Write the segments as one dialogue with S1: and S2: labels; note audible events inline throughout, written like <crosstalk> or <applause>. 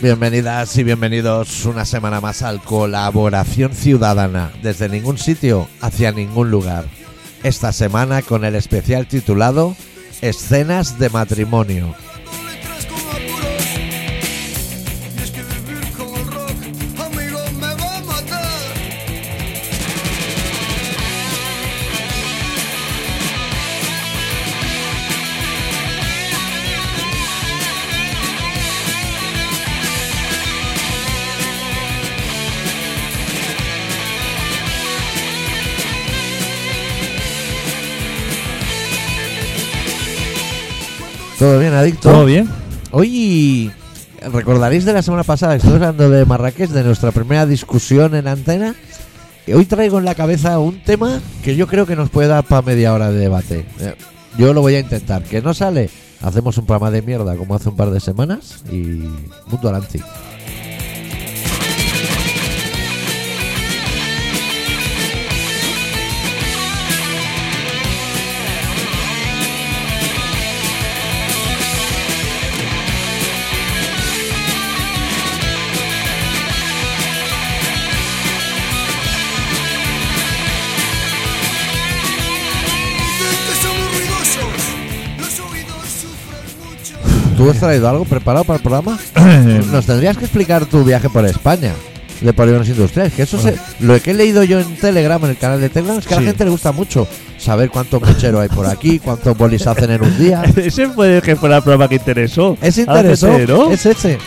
S1: Bienvenidas y bienvenidos una semana más al Colaboración Ciudadana, desde ningún sitio hacia ningún lugar. Esta semana con el especial titulado Escenas de matrimonio.
S2: letras con apuros. Y es que vivir con el rock, amigo, me va a matar.
S1: ¿Todo bien, adicto?
S3: ¿Todo bien?
S1: Hoy recordaréis de la semana pasada, estoy hablando de Marrakech, de nuestra primera discusión en antena. Y hoy traigo en la cabeza un tema que yo creo que nos puede dar para media hora de debate. Eh, Yo lo voy a intentar. Que no sale, hacemos un programa de mierda como hace un par de semanas y mundo alanti.
S2: Dicen que somos ruidosos, los oídos sufren
S1: <laughs>
S2: mucho.
S1: ¿Tú has traído algo preparado para el programa? Nos tendrías que explicar tu viaje por España de polígonos industriales. Que eso se- lo que he leído yo en Telegram, en el canal de Telegram, es que a la
S3: Sí.
S1: gente le gusta mucho saber cuántos pucheros hay por aquí, cuántos bolis hacen en un día.
S3: <laughs> Ese puede que fuera el programa que interesó.
S1: Es interesante,
S3: Ábrete, ¿no?
S1: Es ese.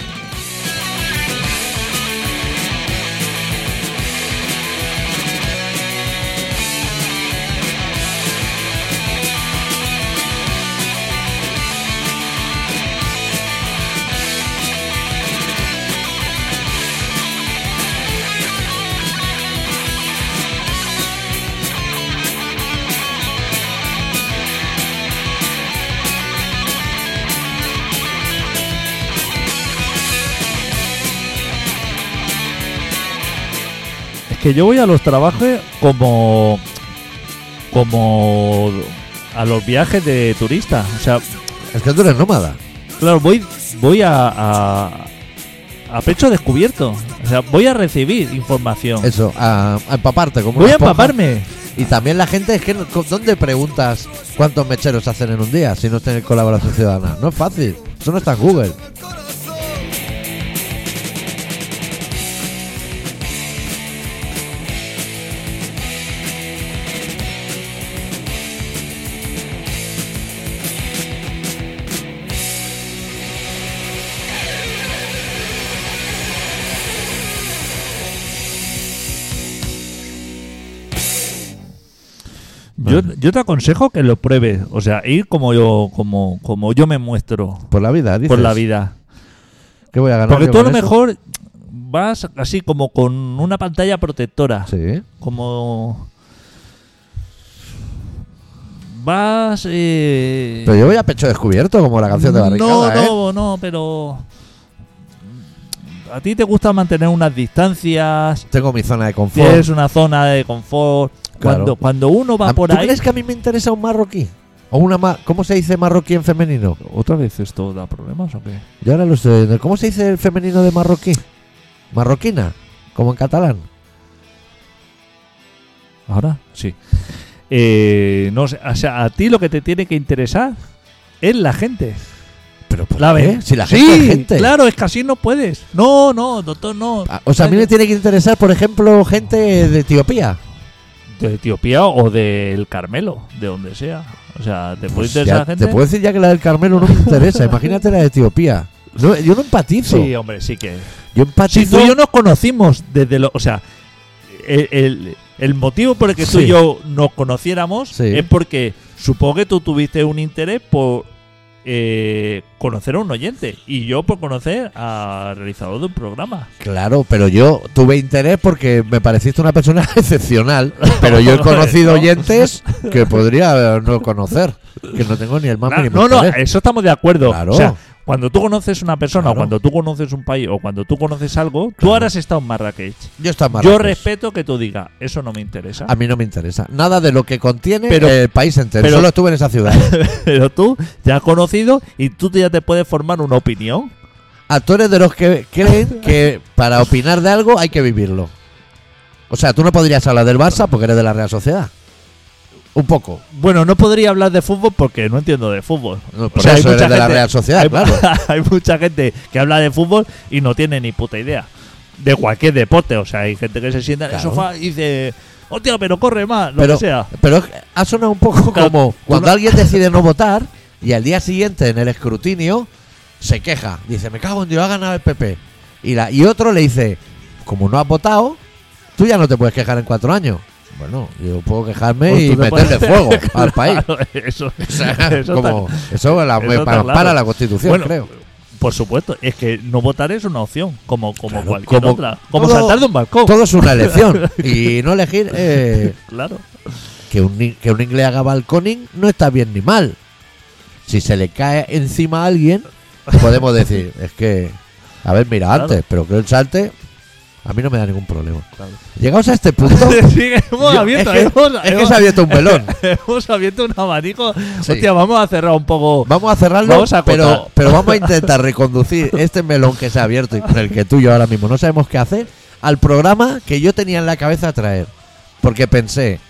S3: Es que yo voy a los trabajos como. como. a los viajes de turista. O sea,
S1: Es que tú eres nómada.
S3: claro, voy, voy a. a a pecho descubierto. O sea, voy a recibir información.
S1: Eso, a, a empaparte como
S3: Voy
S1: una
S3: a
S1: esponja.
S3: empaparme.
S1: Y también la gente, es que no- ¿dónde preguntas cuántos mecheros hacen en un día si no tienes colaboración ciudadana? No es fácil. Eso no está en Google.
S2: El corazón.
S3: Yo, yo te aconsejo que lo pruebes. O sea, ir como yo, como, como yo me muestro
S1: Por la vida, dices.
S3: por la vida.
S1: ¿Qué voy a ganar?
S3: Porque
S1: yo
S3: tú a lo
S1: con eso?
S3: mejor vas así como con una pantalla protectora.
S1: Sí.
S3: Como. Vas. eh,
S1: Pero yo voy a pecho descubierto, como la canción de Barricada,
S3: No,
S1: ¿eh?
S3: no, no, pero. A ti te gusta mantener unas distancias.
S1: Tengo mi zona de confort.
S3: Tienes una zona de confort.
S1: Claro.
S3: Cuando, cuando uno va
S1: Ah,
S3: por
S1: ¿Tú
S3: ahí.
S1: crees que a mí me interesa un marroquí? ¿O una ma- ¿Cómo se dice marroquí en femenino?
S3: ¿Otra vez esto da problemas o qué?
S1: Yo ahora lo estoy viendo. ¿Cómo se dice el femenino de marroquí? Marroquina, como en catalán.
S3: ¿Ahora? Sí. Eh, no sé, o sea, a ti lo que te tiene que interesar es la gente.
S1: Pero ¿por
S3: La
S1: qué?
S3: ve-
S1: Si la
S3: Sí,
S1: gente es gente.
S3: Claro, es que así no puedes. No, no, doctor, no.
S1: Ah, O sea, a mí me tiene que interesar, por ejemplo, gente de Etiopía.
S3: De Etiopía o del Carmelo, de donde sea. O sea, te puede
S1: Pues
S3: interesar
S1: ya,
S3: gente.
S1: Te puedo decir ya que la del Carmelo no me
S3: <laughs>
S1: interesa. Imagínate la de Etiopía. No, yo no empatizo.
S3: Sí, hombre, sí que.
S1: Yo
S3: Si
S1: empatizo.
S3: tú y yo nos conocimos desde lo. O sea, el, el- el motivo por el que tú
S1: Sí.
S3: y yo nos conociéramos
S1: Sí.
S3: es porque supongo que tú tuviste un interés por eh, conocer a un oyente y yo por conocer al realizador de un programa.
S1: Claro, pero yo tuve interés porque me pareciste una persona <laughs> excepcional. Pero yo he conocido
S3: <laughs> No.
S1: oyentes que podría eh, no conocer. Que no tengo ni el más
S3: Claro,
S1: mínimo
S3: no, no,
S1: interés.
S3: eso estamos de acuerdo.
S1: Claro.
S3: O sea, cuando tú conoces una persona,
S1: Claro.
S3: o cuando tú conoces un país, o cuando tú conoces algo, tú
S1: Claro.
S3: ahora has estado en Marrakech. Ah.
S1: Yo estoy en
S3: eh, Yo
S1: Marruecos.
S3: respeto que tú digas, eso no me interesa.
S1: A mí no me interesa. Nada de lo que contiene
S3: Pero-
S1: el país entero.
S3: pero-
S1: Solo estuve en esa ciudad. <laughs>
S3: Pero tú ya has conocido y tú ya te puedes formar una opinión.
S1: actores de los que creen que para opinar de algo hay que vivirlo. O sea, tú no podrías hablar del Barça porque eres de la Real Sociedad. Un poco.
S3: Bueno, no podría hablar de fútbol porque no entiendo de fútbol.
S1: No,
S3: O
S1: por
S3: sea, hay
S1: eso eres
S3: mucha
S1: de la
S3: gente-
S1: Real Sociedad,
S3: hay,
S1: claro.
S3: <laughs> hay mucha gente que habla de fútbol y no tiene ni puta idea de cualquier deporte. O sea, hay gente que se sienta en el
S1: Claro.
S3: sofá y dice, hostia, pero corre más, lo
S1: Pero-
S3: que sea.
S1: Pero es que ha sonado un poco
S3: Claro,
S1: como
S3: tú
S1: cuando
S3: no-
S1: alguien decide
S3: <laughs>
S1: no votar y al día siguiente en el escrutinio se queja. Dice, me cago en Dios, ha ganado el PP. Y, la, y otro le dice, como no has votado, tú ya no te puedes quejar en cuatro años. Bueno, yo puedo quejarme
S3: Pues tú
S1: y
S3: te
S1: meterle
S3: puedes- <laughs>
S1: fuego al país.
S3: Claro, eso,
S1: O sea,
S3: <laughs>
S1: <laughs>
S3: eso
S1: como-
S3: está-
S1: eso la-
S3: eso está
S1: para,
S3: claro.
S1: para la Constitución,
S3: Bueno,
S1: creo.
S3: Por supuesto, es que no votar es una opción, como, como
S1: Claro,
S3: cualquier
S1: como-
S3: otra. Como
S1: todo-
S3: saltar de un balcón.
S1: Todo es una
S3: <laughs>
S1: elección. Y no elegir eh,
S3: Claro. <laughs>
S1: que un, ni- que un inglés haga balconing no está bien ni mal. Si se le cae encima a alguien, podemos
S3: <laughs>
S1: decir, es que, a ver, mira,
S3: Claro.
S1: antes, pero que él salte, a mí no me da ningún problema.
S3: Claro.
S1: Llegados a este
S3: <laughs>
S1: punto,
S3: Sí, hemos
S1: yo-
S3: abierto,
S1: es que-
S3: hemos,
S1: es que
S3: hemos-
S1: se ha abierto un velón.
S3: <laughs> hemos abierto un abanico.
S1: Sí.
S3: Hostia, vamos a cerrar un poco.
S1: Vamos a cerrarlo,
S3: Vamos a acotar.
S1: pero, pero vamos a intentar reconducir este melón que se ha abierto y con el que tú y yo ahora mismo no sabemos qué hacer al programa que yo tenía en la cabeza traer. Porque pensé,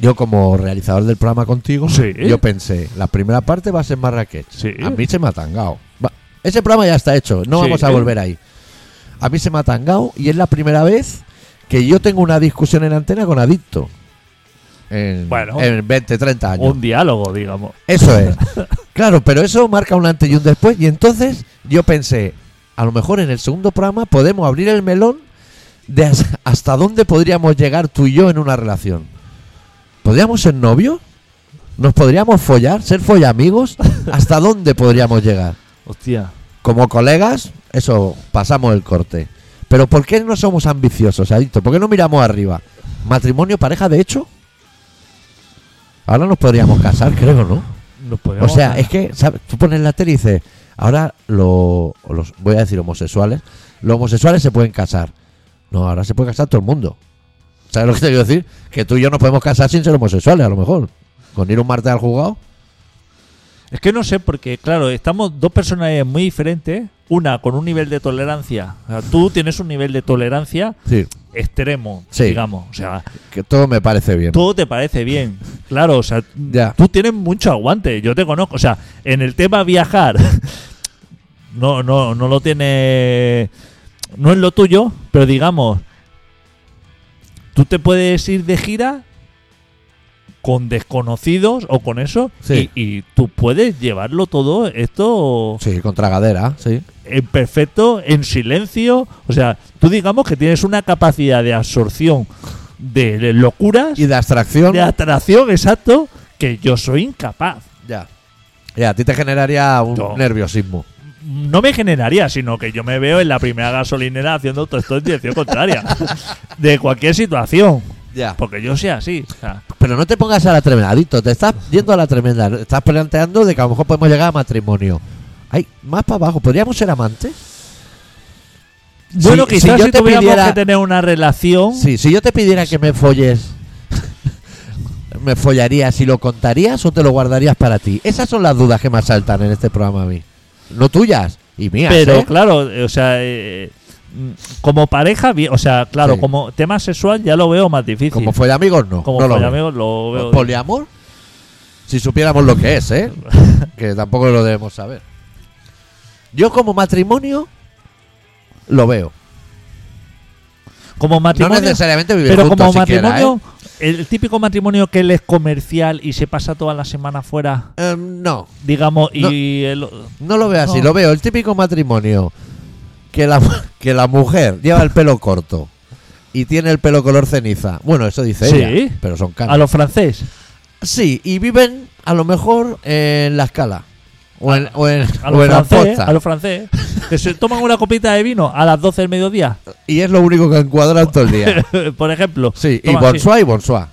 S1: yo como realizador del programa contigo,
S3: Sí.
S1: yo pensé, la primera parte va a ser Marrakech.
S3: Sí.
S1: A mí se me ha tangado. Va- Ese programa ya está hecho, no
S3: Sí.
S1: vamos a volver ahí. A mí se me ha tangado y es la primera vez que yo tengo una discusión en antena con adicto. En,
S3: Bueno.
S1: en 20, 30 años.
S3: Un diálogo, digamos.
S1: Eso es. Claro, pero eso marca un antes y un después. Y entonces yo pensé, a lo mejor en el segundo programa podemos abrir el melón de as- hasta dónde podríamos llegar tú y yo en una relación. ¿Podríamos ser novios? ¿Nos podríamos follar? ¿Ser follamigos? ¿Hasta dónde podríamos llegar?
S3: Hostia.
S1: Como colegas, eso, pasamos el corte. Pero ¿por qué no somos ambiciosos, Adicto? ¿Por qué no miramos arriba? ¿Matrimonio, pareja, de hecho? Ahora nos podríamos casar, creo, ¿no?
S3: Nos
S1: O
S3: podríamos-
S1: sea, es que ¿sabes? tú pones la tele y dices, ahora lo- los, voy a decir homosexuales, los homosexuales se pueden casar. No, ahora se puede casar todo el mundo. ¿Sabes lo que te quiero decir? Que tú y yo nos podemos casar sin ser homosexuales, a lo mejor. Con ir un martes al juzgado.
S3: Es que no sé, porque claro, estamos dos personalidades muy diferentes. Una con un nivel de tolerancia. O sea, tú tienes un nivel de tolerancia
S1: Sí.
S3: extremo,
S1: Sí.
S3: digamos. O sea,
S1: Que todo me parece bien.
S3: todo te
S1: <laughs>
S3: parece bien. Claro, o sea,
S1: Ya.
S3: tú tienes mucho aguante. Yo te conozco. O sea, en el tema viajar, <laughs> no, no, no lo tiene. No es lo tuyo, pero digamos, tú te puedes ir de gira con desconocidos o con eso
S1: Sí.
S3: y, y tú puedes llevarlo todo esto
S1: Sí, con tragadera,
S3: <laughs>
S1: sí.
S3: en perfecto, en silencio. O sea, tú digamos que tienes una capacidad de absorción de locuras
S1: Y de abstracción.
S3: de atracción, exacto, que yo soy incapaz.
S1: Ya. Ya, a ti te generaría un
S3: No.
S1: nerviosismo.
S3: No me generaría, sino que yo me veo en la primera gasolinera haciendo todo esto en
S1: <laughs>
S3: dirección contraria. de cualquier situación.
S1: Ya.
S3: Porque yo sea así. o sea,
S1: Pero no te pongas a la tremenda, adicto. Te estás yendo a la tremenda. Estás planteando de que a lo mejor podemos llegar a matrimonio. Ay, más para abajo. ¿Podríamos ser amantes?
S3: bueno,
S1: si
S3: quizás
S1: yo
S3: si
S1: te
S3: tuviéramos
S1: pidiera-
S3: que tener una relación.
S1: Sí, si yo te pidiera que me folles, <laughs> ¿me follarías y lo contarías o te lo guardarías para ti? Esas son las dudas que me asaltan en este programa a mí. No tuyas y mías.
S3: pero
S1: ¿eh?
S3: claro, eh, o sea, eh, mm, como pareja, bien, o sea, claro,
S1: Sí.
S3: como tema sexual ya lo veo más difícil.
S1: Como follamigos, no.
S3: Como
S1: no lo veo. Pues
S3: follamigos lo veo.
S1: ¿Poliamor? Si supiéramos lo que es,
S3: <laughs>
S1: ¿eh? que tampoco lo debemos saber. Yo como matrimonio lo veo.
S3: como
S1: No
S3: matrimonio.
S1: necesariamente vivir
S3: Pero
S1: juntos
S3: como
S1: siquiera, ¿eh?
S3: matrimonio, el típico matrimonio que él es comercial y se pasa toda la semana fuera,
S1: ¿eh? Em, no,
S3: digamos,
S1: No.
S3: y el-
S1: no lo veo así.
S3: No.
S1: Lo veo el típico matrimonio que la, <laughs> que la mujer lleva el pelo corto y tiene el pelo color ceniza. Bueno, eso dice
S3: Sí.
S1: ella, pero son
S3: a
S1: canas.
S3: los francés,
S1: Sí, y viven a lo mejor en la escala. O en, o en,
S3: a
S1: o
S3: los
S1: en la
S3: francés,
S1: Posta.
S3: a los francés, que se toman una copita de vino a las 12 del mediodía,
S1: Y es lo único que encuadran todo el día.
S3: <laughs> por ejemplo.
S1: Sí, y
S3: Toma,
S1: bonsoir y bonsoir.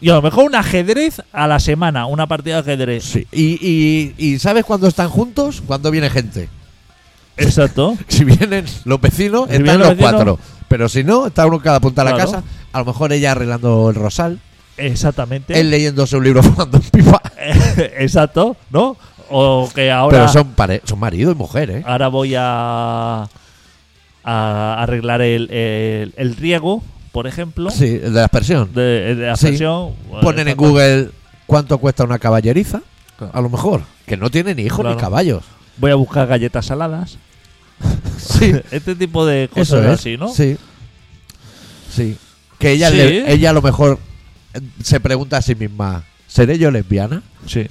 S3: Y a lo mejor un ajedrez a la semana, una partida de ajedrez.
S1: Sí. Y, y- y ¿sabes cuándo están juntos? Cuando viene gente. <laughs>
S3: Exacto.
S1: Si vienen los vecinos,
S3: Si
S1: están
S3: vienen
S1: los,
S3: los vecinos.
S1: cuatro. Pero si no, está uno en cada punta de la
S3: Claro.
S1: casa. A lo mejor ella arreglando el rosal,
S3: Exactamente.
S1: <laughs> él leyéndose un libro fumando pipa.
S3: <laughs> Exacto, ¿no? o que ahora,
S1: Pero son, pare- son marido y mujer, ¿eh?
S3: ahora voy a, a arreglar el, el- el riego, por ejemplo,
S1: Sí, el de la expresión.
S3: de, de la
S1: Sí.
S3: presión.
S1: Ponen en Google cuánto cuesta una caballeriza.
S3: Claro.
S1: A lo mejor. Que no tiene ni hijos
S3: Claro.
S1: ni
S3: <laughs>
S1: caballos.
S3: Voy a buscar galletas saladas.
S1: Sí,
S3: Este tipo de
S1: eso
S3: cosas
S1: es.
S3: así, ¿no?
S1: Sí. Sí. Que ella,
S3: Sí.
S1: le- ella a lo mejor eh, se pregunta a sí misma: ¿seré yo lesbiana?
S3: Sí.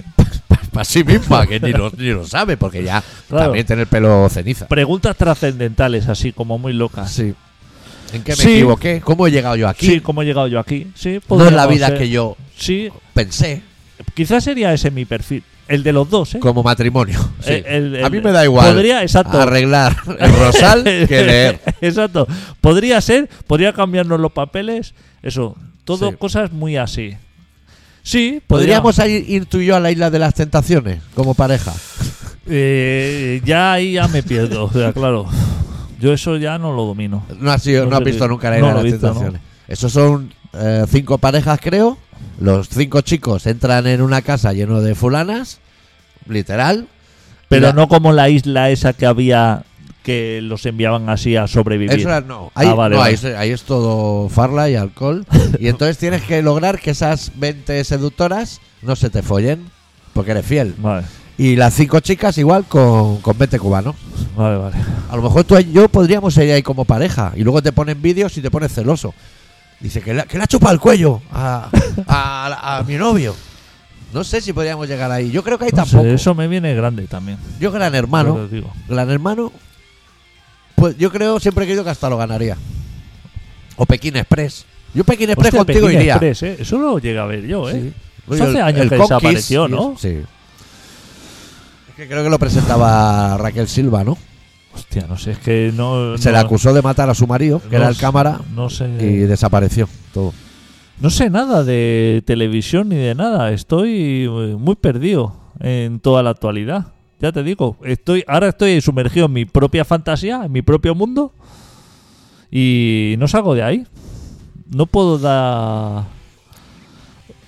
S1: Para sí misma, que ni lo, ni lo sabe, porque ya
S3: Claro.
S1: también tiene el pelo ceniza.
S3: Preguntas trascendentales, así como muy locas.
S1: Sí. ¿En qué me
S3: Sí.
S1: equivoqué? ¿Cómo he llegado yo aquí?
S3: Sí, ¿cómo he llegado yo aquí?
S1: no
S3: Sí,
S1: es la
S3: podríamos
S1: vida
S3: ser.
S1: que yo
S3: Sí,
S1: pensé
S3: quizás sería ese mi perfil. El de los dos, ¿eh?
S1: como matrimonio. Sí.
S3: Eh, el- el-
S1: a mí me da igual
S3: Podría, exacto.
S1: arreglar el
S3: <laughs>
S1: rosal que leer.
S3: Exacto. Podría ser, podría cambiarnos los papeles. Eso, todo
S1: Sí.
S3: cosas muy así. Sí, podríamos.
S1: Podríamos ir, ir tú y yo a la isla de las tentaciones como pareja.
S3: Eh, ya ahí ya me pierdo, o sea, claro. Yo eso ya no lo domino.
S1: No has, sido-
S3: No
S1: no has
S3: sé
S1: visto
S3: si-
S1: nunca la
S3: no
S1: isla
S3: lo
S1: de las
S3: he visto,
S1: tentaciones. Esos son eh, cinco parejas, creo. Los cinco chicos entran en una casa lleno de fulanas, literal.
S3: Pero
S1: Ya.
S3: no como la isla esa que había que los enviaban así a sobrevivir.
S1: Eso era- no, ahí,
S3: Ah, vale,
S1: no,
S3: vale.
S1: ahí es- ahí es todo farla y
S3: <laughs>
S1: alcohol. Y entonces tienes que lograr que esas 20 seductoras no se te follen, porque eres fiel.
S3: Vale,
S1: Y las cinco chicas igual con, con 20 cubanos.
S3: vale, vale.
S1: A lo mejor tú y yo podríamos ir ahí como pareja. Y luego te ponen vídeos y te pones celoso. Dice que le, que le ha chupado el cuello a, a- a mi novio. No sé si podríamos llegar ahí. Yo creo que ahí
S3: No sé,
S1: tampoco.
S3: eso me viene grande también.
S1: Yo gran
S3: ya
S1: hermano.
S3: te digo.
S1: Gran hermano. Pues yo creo, siempre he querido que hasta lo ganaría. O Pekín Express. Yo Pekín Express
S3: Hostia,
S1: contigo
S3: Pekín
S1: iría.
S3: Express, ¿eh? Eso lo llega a ver yo, ¿eh?
S1: Sí.
S3: Eso hace
S1: El-
S3: años
S1: el
S3: que
S1: Conquist
S3: desapareció,
S1: y eso.
S3: ¿no?
S1: Sí. Es que creo que lo presentaba Raquel Silva, ¿no?
S3: Hostia, no sé, es que no.
S1: Se
S3: Pues no-
S1: le acusó de matar a su marido, que
S3: no
S1: era el
S3: sé,
S1: cámara,
S3: No sé.
S1: y desapareció todo.
S3: No sé nada de televisión ni de nada. Estoy eh, muy perdido en toda la actualidad. Ya te digo, estoy ahora estoy sumergido en mi propia fantasía, en mi propio mundo y no salgo de ahí. No puedo dar.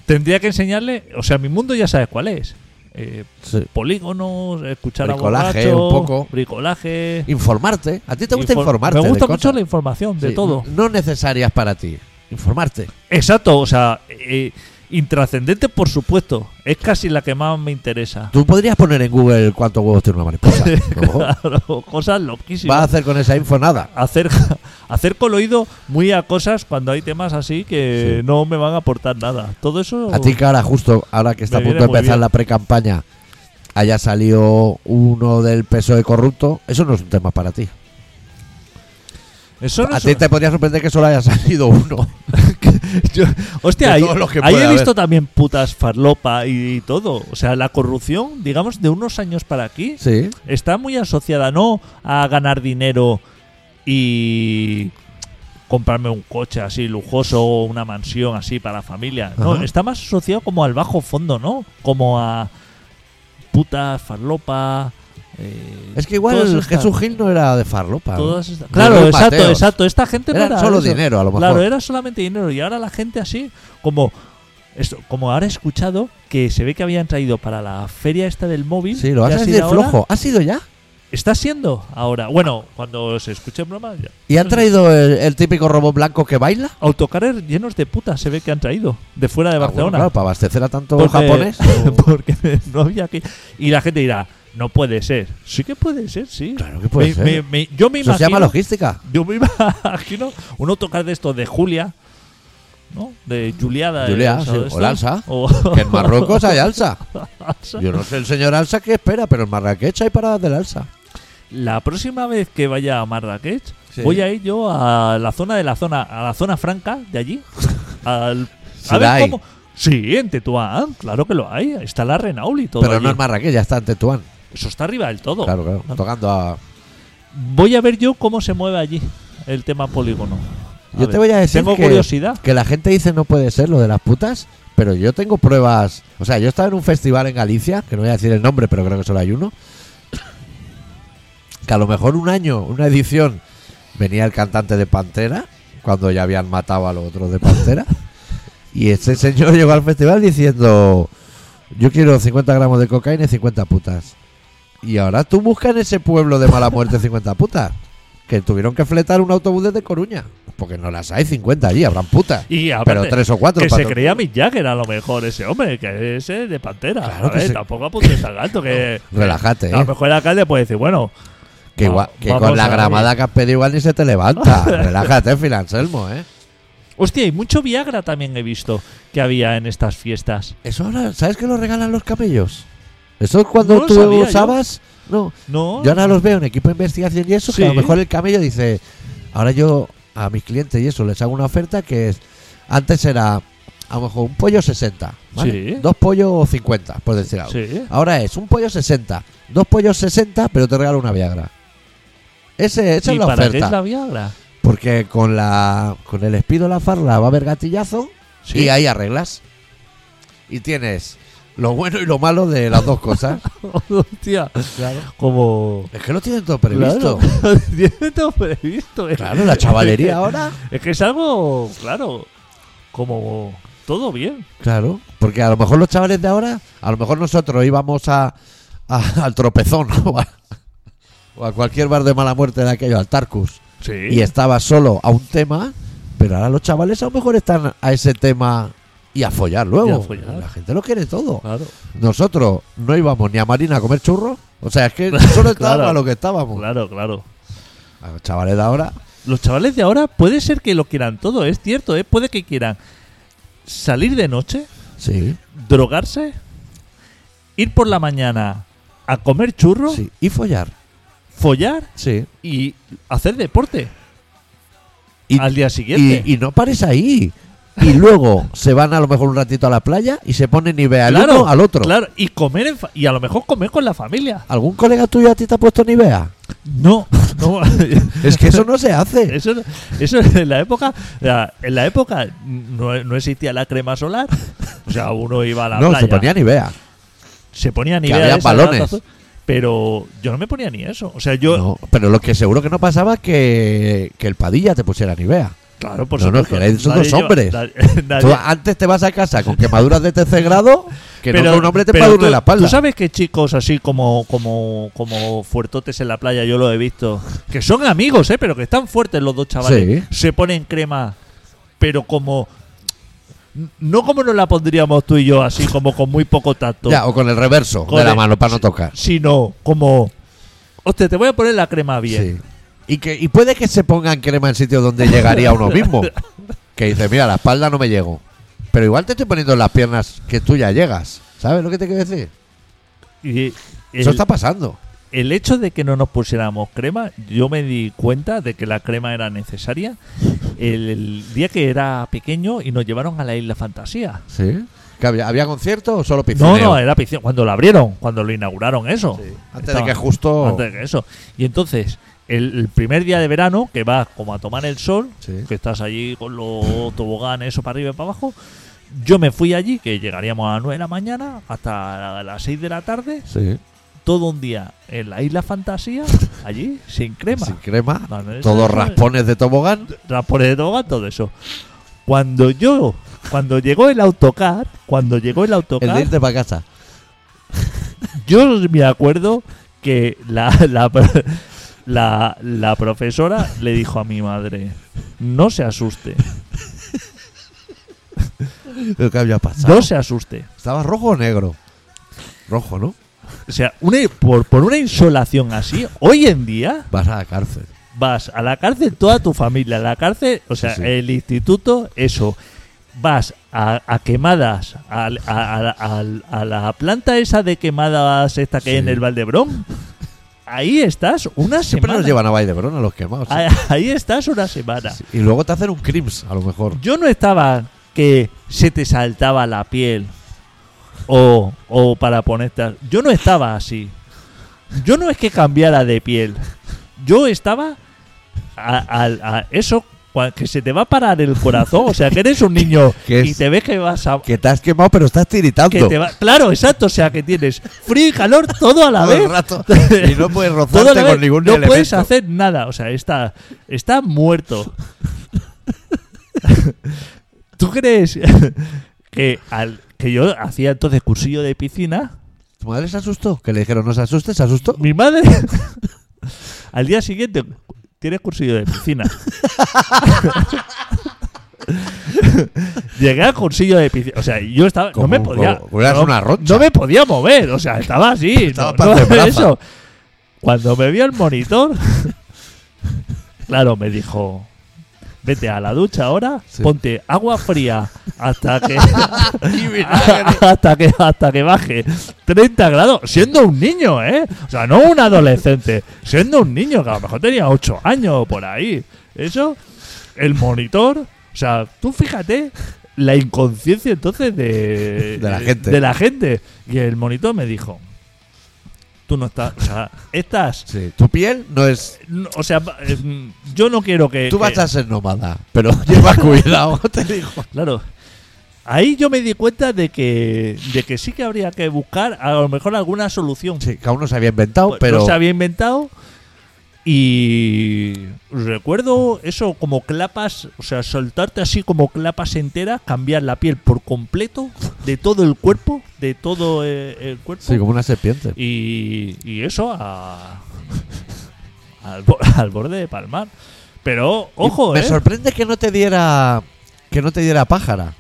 S3: Tendría que enseñarle, o sea, mi mundo ya sabes cuál es. Eh, polígonos, escuchar
S1: Bricolaje,
S3: a borracho,
S1: un poco.
S3: bricolaje.
S1: Informarte. ¿A ti te gusta
S3: Infor-
S1: informarte?
S3: Me
S1: de
S3: gusta mucho
S1: cosas?
S3: la información de
S1: Sí,
S3: todo.
S1: No necesarias para ti. Informarte.
S3: Exacto, o sea, eh, intrascendente por supuesto. Es casi la que más me interesa.
S1: Tú podrías poner en Google cuántos huevos tiene una
S3: <laughs>
S1: mariposa. ¿no?
S3: Claro, cosas
S1: Vas a
S3: loquísimas.
S1: hacer con esa info nada.
S3: Hacer, <laughs> hacer coloído muy a cosas cuando hay temas así que no me van a aportar nada. Todo eso...
S1: A ti que ahora, justo ahora que está a
S3: Me
S1: punto de
S3: viene muy
S1: empezar
S3: bien.
S1: la pre-campaña, haya salido uno del PSOE corrupto, eso no es un tema para ti.
S3: eso no
S1: a
S3: es-
S1: ti te podría sorprender que solo haya <laughs> salido uno.
S3: <laughs> yo- hostia,
S1: de
S3: ahí,
S1: todos los que
S3: ahí
S1: puede
S3: he
S1: haber.
S3: visto también putas farlopa y, todo. O sea, la corrupción, digamos, de unos años para aquí,
S1: Sí.
S3: está muy asociada no a ganar dinero y comprarme un coche así lujoso o una mansión así para la familia. No,
S1: Ajá.
S3: está más asociado como al bajo fondo, ¿no? Como a putas, farlopa. eh,
S1: Es que
S3: todas
S1: igual
S3: estas-
S1: Jesús Gil no era de farlopa. ¿no?
S3: todas estas-
S1: Ni
S3: Claro,
S1: Luis
S3: exacto,
S1: Mateos.
S3: exacto. Esta gente no
S1: Era
S3: era
S1: solo
S3: eso.
S1: dinero, a lo mejor.
S3: Claro, era solamente dinero. Y ahora la gente así, como esto, como ahora he escuchado que se ve que habían traído para la feria esta del móvil.
S1: Sí, lo
S3: que
S1: vas
S3: ha
S1: a
S3: sido
S1: decir
S3: ahora,
S1: flojo. ¿Ha sido ya?
S3: Está siendo ahora. Bueno, cuando se escuche en broma. ya.
S1: ¿Y han traído el, el típico robot blanco que baila?
S3: Autocares llenos de putas se ve que han traído. De fuera de
S1: Ah, bueno,
S3: Barcelona.
S1: claro, para abastecer a tanto
S3: Porque-
S1: japonés.
S3: <laughs> Porque no había aquí. Y la gente dirá, no puede ser. Sí que puede ser, sí.
S1: Claro que puede
S3: Me-
S1: ser.
S3: me- me- yo me
S1: Eso
S3: imagino.
S1: se llama logística.
S3: yo me <laughs> imagino un autocar de estos de Julia. ¿No? De Juliada.
S1: Julia,
S3: eso,
S1: sí,
S3: de
S1: o
S3: esto.
S1: Lanza.
S3: O-
S1: <laughs> Que en Marruecos hay
S3: <laughs>
S1: alza.
S3: Lanza.
S1: Yo no sé el señor alza qué espera, pero en Marrakech hay paradas del alza.
S3: La próxima vez que vaya a Marrakech,
S1: Sí.
S3: voy a ir yo a la zona de la zona, a la zona franca
S1: <laughs>
S3: de allí. Al, a
S1: Será ahí.
S3: ver cómo. Sí, en Tetuán, claro que lo hay. Está la Renault y todo.
S1: Pero
S3: allí.
S1: no en Marrakech, ya está en Tetuán.
S3: Eso está arriba del todo.
S1: Claro, claro. Tocando a.
S3: Voy a ver yo cómo se mueve allí el tema polígono. A
S1: Yo
S3: ver,
S1: te voy a decir
S3: Tengo
S1: que,
S3: curiosidad.
S1: que la gente dice no puede ser lo de las putas, pero yo tengo pruebas. O sea, yo estaba en un festival en Galicia, que no voy a decir el nombre, pero creo que solo hay uno. Que a lo mejor un año, una edición, venía el cantante de Pantera, cuando ya habían <laughs> matado a los otros de Pantera. y este señor llegó al festival diciendo: Yo quiero 50 gramos de cocaína y 50 putas. Y ahora tú buscas en ese pueblo de mala muerte <laughs> 50 putas. Que tuvieron que fletar un autobús desde Coruña. Porque no las hay 50 allí, habrán putas.
S3: Y
S1: pero
S3: aparte,
S1: tres o cuatro.
S3: que
S1: para
S3: se
S1: to-
S3: creía Mick Jagger a lo mejor ese hombre, que ese de Pantera.
S1: Claro
S3: a
S1: que
S3: ver,
S1: se-
S3: tampoco apuntes al gato, que
S1: Relájate,
S3: a lo
S1: ¿eh?
S3: mejor el alcalde puede decir, bueno,
S1: Que, igual-
S3: va-
S1: que
S3: vamos
S1: con la
S3: a ver.
S1: gramada que has pedido igual ni se te
S3: <laughs>
S1: levanta. Relájate, Phil Anselmo, ¿eh?
S3: hostia, y mucho Viagra también he visto que había en estas fiestas.
S1: Eso ahora, ¿sabes que lo regalan los camellos? Eso es cuando
S3: No lo
S1: tú
S3: sabía yo.
S1: usabas. No,
S3: No,
S1: Yo ahora los veo en equipo de investigación y eso,
S3: Sí.
S1: que a lo mejor el camello dice, ahora yo a mis clientes y eso les hago una oferta que es, antes era a lo mejor un pollo 60, ¿vale?
S3: Sí.
S1: Dos pollos 50, por decir algo.
S3: sí.
S1: Ahora es un pollo 60, dos pollos 60, pero te regalo una Viagra. Ese, esa
S3: ¿Y
S1: es la
S3: para qué
S1: oferta.
S3: es la Viagra?
S1: Porque con la con el espido la farla va a haber gatillazo
S3: Sí.
S1: y ahí arreglas. Y tienes lo bueno y lo malo de las dos cosas.
S3: <laughs> <laughs> hostia,
S1: claro.
S3: como...
S1: Es que lo tienen todo previsto.
S3: Claro, <laughs> tiene todo previsto. eh.
S1: Claro, la chavalería ahora.
S3: <laughs> Es que es algo, claro, como todo bien.
S1: <laughs> Claro, porque a lo mejor los chavales de ahora, a lo mejor nosotros íbamos a, a- al tropezón <laughs> o a, o a cualquier bar de mala muerte de aquello, al Tarkus,
S3: Sí.
S1: y estaba solo a un tema, pero ahora los chavales a lo mejor están a ese tema y a follar luego.
S3: Y a follar.
S1: La gente lo quiere todo.
S3: Claro,
S1: Nosotros no íbamos ni a Marina a comer churros, o sea, es que solo estábamos
S3: <laughs> Claro.
S1: a lo que estábamos.
S3: claro, claro.
S1: A los chavales de ahora,
S3: Los chavales de ahora puede ser que lo quieran todo, es cierto, ¿eh? Puede que quieran salir de noche,
S1: sí,
S3: drogarse, ir por la mañana a comer churro,
S1: sí. Y follar,
S3: follar
S1: sí.
S3: y hacer deporte.
S1: Y-
S3: al día
S1: y,
S3: siguiente.
S1: y no pares ahí.
S3: <laughs>
S1: Y luego se van a lo mejor un ratito a la playa y se ponen nivel al uno al otro.
S3: Claro, y comer en fa- y a lo mejor comer con la familia.
S1: ¿Algún colega tuyo a ti te ha puesto Nivea?
S3: No, no. <laughs>
S1: Es que eso no se hace.
S3: Eso, eso en la época la- en la época no, no existía la crema solar o sea uno iba a
S1: <laughs>
S3: la
S1: no,
S3: playa
S1: se ponía Nivea.
S3: se ponía ni
S1: que
S3: idea
S1: había
S3: de esa
S1: balones.
S3: lata azul, pero yo no me ponía ni eso o sea yo
S1: No, pero lo que seguro que no pasaba es que, que el Padilla te pusiera Nivea.
S3: claro por
S1: No, no,
S3: supuesto
S1: que erais unos
S3: nadie lleva-
S1: hombres.
S3: nadie- <laughs>
S1: Tú
S3: nadie-
S1: antes te vas a casa con quemaduras de tercer grado que no que un hombre te
S3: pero
S1: padure
S3: tú-
S1: la espalda.
S3: Tú sabes que chicos así como, como, como fuertotes en la playa, yo lo he visto, que son amigos, ¿eh? pero que están fuertes los dos chavales. Se ponen crema, pero como. No como nos la pondríamos tú y yo, así como con muy poco tacto,
S1: Ya, o con el reverso
S3: Con
S1: de la
S3: el-
S1: mano para no tocar.
S3: sino como. Hostia, te voy a poner la crema bien.
S1: Sí. Y, que, y puede que se pongan crema en sitios donde llegaría uno mismo. Que dice, mira, la espalda no me llego. Pero igual te estoy poniendo en las piernas que tú ya llegas. ¿Sabes lo que te quiero decir?
S3: Y el,
S1: Eso está pasando.
S3: el hecho de que no nos pusiéramos crema, yo me di cuenta de que la crema era necesaria el, el día que era pequeño y nos llevaron a la isla Fantasía.
S1: ¿Sí? Que había, ¿Había concierto o solo piscineo?
S3: No, no, era piscina. Cuando la abrieron, cuando lo inauguraron, eso.
S1: Antes
S3: Estaba-
S1: de que justo...
S3: Antes de que eso. Y entonces, el, el primer día de verano, que vas como a tomar el sol,
S1: Sí.
S3: que estás allí con los toboganes, eso para arriba y para abajo, yo me fui allí, que llegaríamos a las 9 de la mañana, hasta la- las 6 de la tarde,
S1: Sí.
S3: todo un día en la isla Fantasía, allí, sin crema.
S1: Sin crema.
S3: No, no, eso
S1: Todos
S3: no-
S1: raspones de tobogán.
S3: transporte de tobogán, todo eso. Cuando yo, cuando llegó el autocar, cuando llegó el
S1: El
S3: autocar,
S1: de irte para casa.
S3: Yo me acuerdo que la, la, la- la profesora le dijo a mi madre, no se asuste,
S1: Lo que había pasado.
S3: no se asuste.
S1: ¿Estaba rojo o negro? Rojo, ¿no?
S3: O sea, una- por, por una insolación así, hoy en día
S1: Vas a la cárcel.
S3: vas a la cárcel toda tu familia, a la cárcel, o sea,
S1: Sí, sí.
S3: el instituto, eso. Vas a, a quemadas, al- a, a- al- a la planta esa de quemadas esta que hay en
S1: Sí.
S3: el Valdebrón. Ahí estás una
S1: Siempre
S3: semana. Ah,
S1: nos llevan a Valdebrón a los quemados. ¿eh?
S3: Ahí- Ahí estás una semana.
S1: Sí. Y luego te hacen un crims, a lo mejor.
S3: Yo no estaba que se te saltaba la piel o, o para ponerte. Yo no estaba así. Yo no es que cambiara de piel. Yo estaba a, a- a eso cua- que se te va a parar el corazón. O sea, que eres un niño
S1: <laughs> Que
S3: y
S1: es-
S3: te ves que vas a.
S1: Que te has quemado, pero estás tiritando.
S3: que te va- claro, exacto. O sea, que tienes frío y calor todo a la
S1: todo el
S3: vez. <laughs>
S1: rato. Y no puedes
S3: Todo a la
S1: rozarte
S3: vez.
S1: con ningún
S3: no
S1: elemento.
S3: puedes hacer nada. O sea, está,
S1: <laughs>
S3: está muerto. ¿Tú crees que, al, que yo hacía entonces cursillo de piscina.
S1: ¿Tu madre se asustó? Que le dijeron, no se asuste, se asustó.
S3: Mi madre, <laughs> al día siguiente, tienes cursillo
S1: <laughs>
S3: de piscina. Llegué al cursillo de piscina. O sea, yo estaba. No
S1: Como-
S3: me podía.
S1: como- como eras
S3: no,
S1: una rocha.
S3: no me podía mover. O sea, estaba así.
S1: <laughs> Estaba
S3: no, no,
S1: parte braza.
S3: eso. Cuando me vio el monitor, <laughs> claro, me dijo. Vete a la ducha ahora,
S1: Sí.
S3: ponte agua fría hasta
S1: <laughs>
S3: que
S1: Y vinagre.
S3: <laughs> hasta que hasta que baje 30 grados, siendo un niño, ¿eh? O sea, no un adolescente, siendo un niño que a lo mejor tenía 8 años o por ahí. Eso, el monitor, o sea, tú fíjate la inconsciencia entonces de
S1: De la gente.
S3: de la gente y el monitor me dijo, tú no estás, o sea, estás
S1: Sí, tu piel no es...
S3: no, o sea, va- eh, yo no quiero que
S1: Tú
S3: que-
S1: vas a ser nómada, pero <laughs>
S3: <laughs>
S1: lleva cuidado, <laughs> te dijo.
S3: Claro. Ahí yo me di cuenta de que, de que sí que habría que buscar a lo mejor alguna solución.
S1: Sí, que aún no se había inventado,
S3: Pues
S1: pero...
S3: No se había inventado. Y recuerdo eso como clapas, o sea, soltarte así como clapas enteras, cambiar la piel por completo, de todo el cuerpo, de todo eh, el cuerpo.
S1: Sí, como una serpiente.
S3: Y, y eso a- al, bo- al borde de Palmar. Pero, ojo,
S1: me
S3: eh.
S1: sorprende que no te diera que no te diera pájara.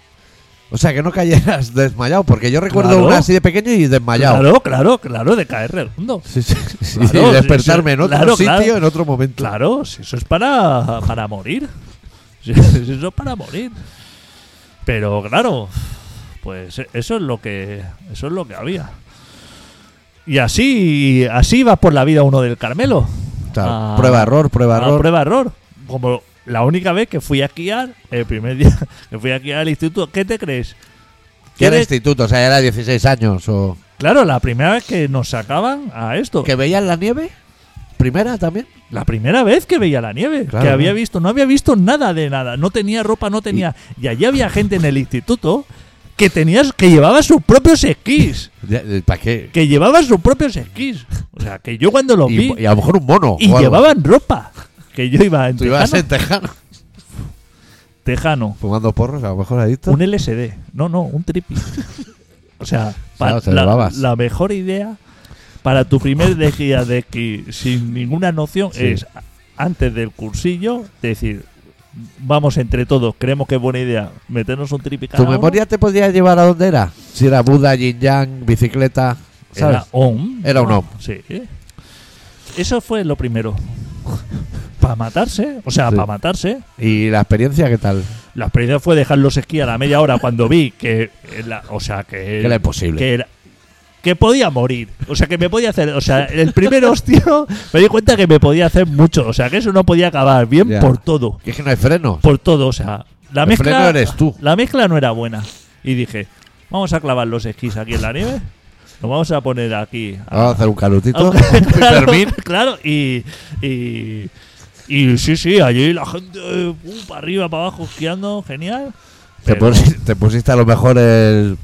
S1: O sea, que no cayeras <laughs> desmayado, porque yo recuerdo
S3: Claro.
S1: una así de pequeño y desmayado.
S3: Claro, claro, claro, de caer redondo.
S1: Sí, sí, sí,
S3: Claro,
S1: y despertarme
S3: sí,
S1: en otro
S3: claro,
S1: sitio,
S3: claro.
S1: en otro momento.
S3: Claro, si eso es para, para morir. <laughs> Si eso es para morir. Pero claro, pues e- eso es lo que eso es lo que había. Y así así va por la vida uno del Carmelo.
S1: Claro,
S3: Ah,
S1: prueba error, prueba
S3: Ah,
S1: error.
S3: prueba error. Como la única vez que fui a esquiar, el primer día <laughs> que fui a esquiar al instituto, ¿qué te crees?
S1: Que era
S3: ¿Quieres-
S1: instituto, o sea, era 16 años o
S3: Claro, la primera vez que nos sacaban a esto.
S1: que veían la nieve primera también.
S3: La primera vez que veía la nieve,
S1: Claro,
S3: que había
S1: ¿no?
S3: visto, no había visto nada de nada, no tenía ropa, no tenía. Y allí había gente en el instituto que tenía, que llevaba sus propios esquís,
S1: ¿Para eh, qué?
S3: que llevaba sus propios esquís. O sea, que yo cuando los vi
S1: Y, y a lo mejor un mono.
S3: y
S1: o algo.
S3: llevaban ropa, que yo iba en
S1: Tú ibas
S3: tejano,
S1: en tejano <laughs>
S3: tejano,
S1: fumando porros, a lo mejor adicto.
S3: un LSD, no, no, un tripi.
S1: <laughs>
S3: O sea,
S1: Claro,
S3: pa-
S1: te
S3: la,
S1: llevabas.
S3: la mejor idea para tu primer día de esquí sin ninguna noción
S1: Sí.
S3: es a- antes del cursillo decir vamos entre todos creemos que es buena idea meternos un tripi cada
S1: ¿Tu
S3: uno.
S1: memoria te podía llevar a dónde era? Si era Buda, Yin Yang, bicicleta, ¿sabes?
S3: era OM
S1: Era un
S3: ¿no?
S1: OM.
S3: sí eso fue lo primero para matarse o sea
S1: Sí.
S3: para matarse
S1: eh, ¿Y la experiencia qué tal?
S3: la experiencia fue dejar los esquí a la media hora cuando vi que eh, la- o sea que
S1: que era imposible.
S3: que era- que podía morir, o sea, que me podía hacer, o sea, el primer hostio <laughs> me di cuenta que me podía hacer mucho, o sea, que eso no podía acabar bien
S1: Ya.
S3: por todo,
S1: Que es que no hay frenos.
S3: por todo, o sea, la
S1: El
S3: mezcla
S1: freno eres tú.
S3: la mezcla no era buena y dije, vamos a clavar los esquís aquí en la nieve, nos vamos a poner aquí a-
S1: Vamos a hacer <laughs> un calutito.
S3: aunque- claro,
S1: Fermín.
S3: claro, y, y, y sí, sí, allí la gente eh, uh, para arriba, para abajo, esquiando, genial.
S1: Te,
S3: Pero-
S1: pusiste, te pusiste a lo mejor el.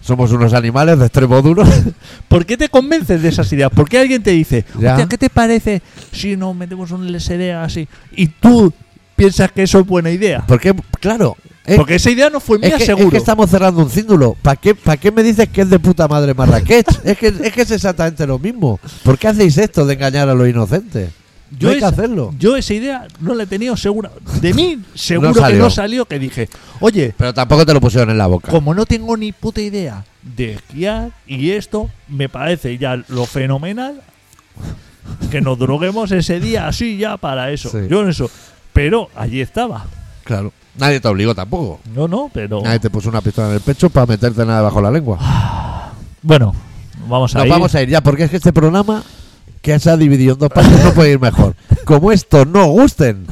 S1: Somos unos animales de extremo duro.
S3: <laughs>
S1: <laughs>
S3: ¿Por qué te convences de esas ideas? ¿Por qué alguien te dice,
S1: Ya.
S3: "Hostia, ¿qué te parece si nos metemos un LSD así? Y tú piensas que eso es buena idea.
S1: Porque, claro. eh,
S3: Porque esa idea no fue
S1: Pues, es
S3: mía,
S1: que,
S3: seguro.
S1: es que estamos cerrando un círculo. ¿Para qué, pa' qué me dices que es de puta madre Marrakech? <laughs> es, que, es que es exactamente lo mismo. ¿Por qué hacéis esto de engañar a los inocentes? no
S3: Yo
S1: hay que
S3: esa-
S1: hacerlo.
S3: Yo esa idea no la he tenido segura.
S1: <laughs>
S3: De mí, seguro que
S1: salió.
S3: no salió, que dije, oye,
S1: Pero tampoco te lo pusieron en la boca.
S3: como no tengo ni puta idea de esquiar y esto me parece ya lo fenomenal que nos droguemos ese día así ya para eso.
S1: Sí.
S3: Yo en eso. Pero allí estaba.
S1: Claro. Nadie te obligó tampoco.
S3: No, no, pero...
S1: Nadie te puso una pistola en el pecho para meterte nada bajo la lengua.
S3: Bueno, vamos a
S1: Nos
S3: ir.
S1: vamos a ir ya, porque es que este programa que se ha dividido en dos partes no puede ir <laughs> mejor. Como esto no gusten,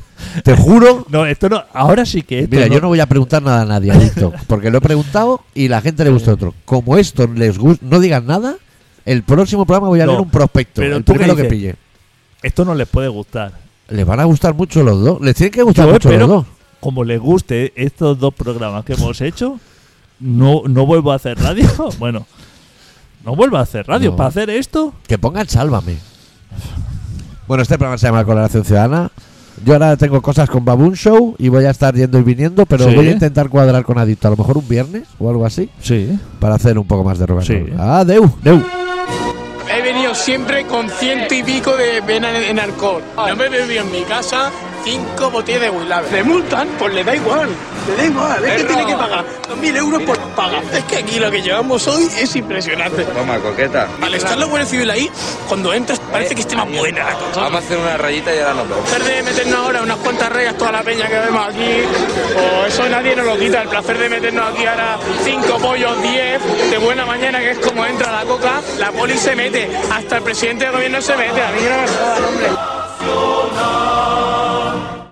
S1: te juro.
S3: No, esto no. Ahora sí que esto.
S1: Mira, yo no voy a preguntar nada a nadie,
S3: <laughs>
S1: adicto, porque lo he preguntado y la gente le gusta otro. Como esto les gusta, no digan nada, el próximo programa voy a
S3: No,
S1: leer un prospecto,
S3: pero
S1: el
S3: ¿tú qué
S1: primero que
S3: dices?
S1: pille.
S3: Esto no les puede gustar.
S1: Les van a gustar mucho los dos, les tienen que gustar
S3: Yo
S1: mucho
S3: espero-
S1: los dos.
S3: Como les guste estos dos programas que hemos hecho, no, no vuelvo a hacer radio. <laughs> Bueno, no vuelvo a hacer radio.
S1: No.
S3: Para hacer esto,
S1: Que pongan sálvame. Bueno, este programa se llama Colaboración Ciudadana. Yo ahora tengo cosas con Baboon Show y voy a estar yendo y viniendo, pero
S3: Sí.
S1: voy a intentar cuadrar con Adicto, a lo mejor un viernes o algo así,
S3: Sí.
S1: para hacer un poco más de rock. and
S3: Sí.
S1: roll. Ah, Deu.
S3: Deu.
S4: He venido siempre con ciento y pico de vena en, en alcohol. No me bebí en mi casa cinco botellas de Willabe. Le multan, pues le da igual. Le da igual. Es que tiene que pagar 2.000 euros por paga. Es que aquí lo que llevamos hoy es impresionante.
S5: Toma, coqueta.
S4: Al estar la Guardia Civil ahí, cuando entras parece que esté más buena la cosa.
S5: Vamos a hacer una rayita y ahora nos vemos.
S4: placer de meternos ahora unas cuantas rayas toda la peña que vemos aquí, o eso nadie nos lo quita, el placer de meternos aquí ahora cinco pollos, diez, de buena mañana, que es como entra la coca, la poli se mete, hasta el presidente del gobierno se mete, a mí que no me jodan, hombre.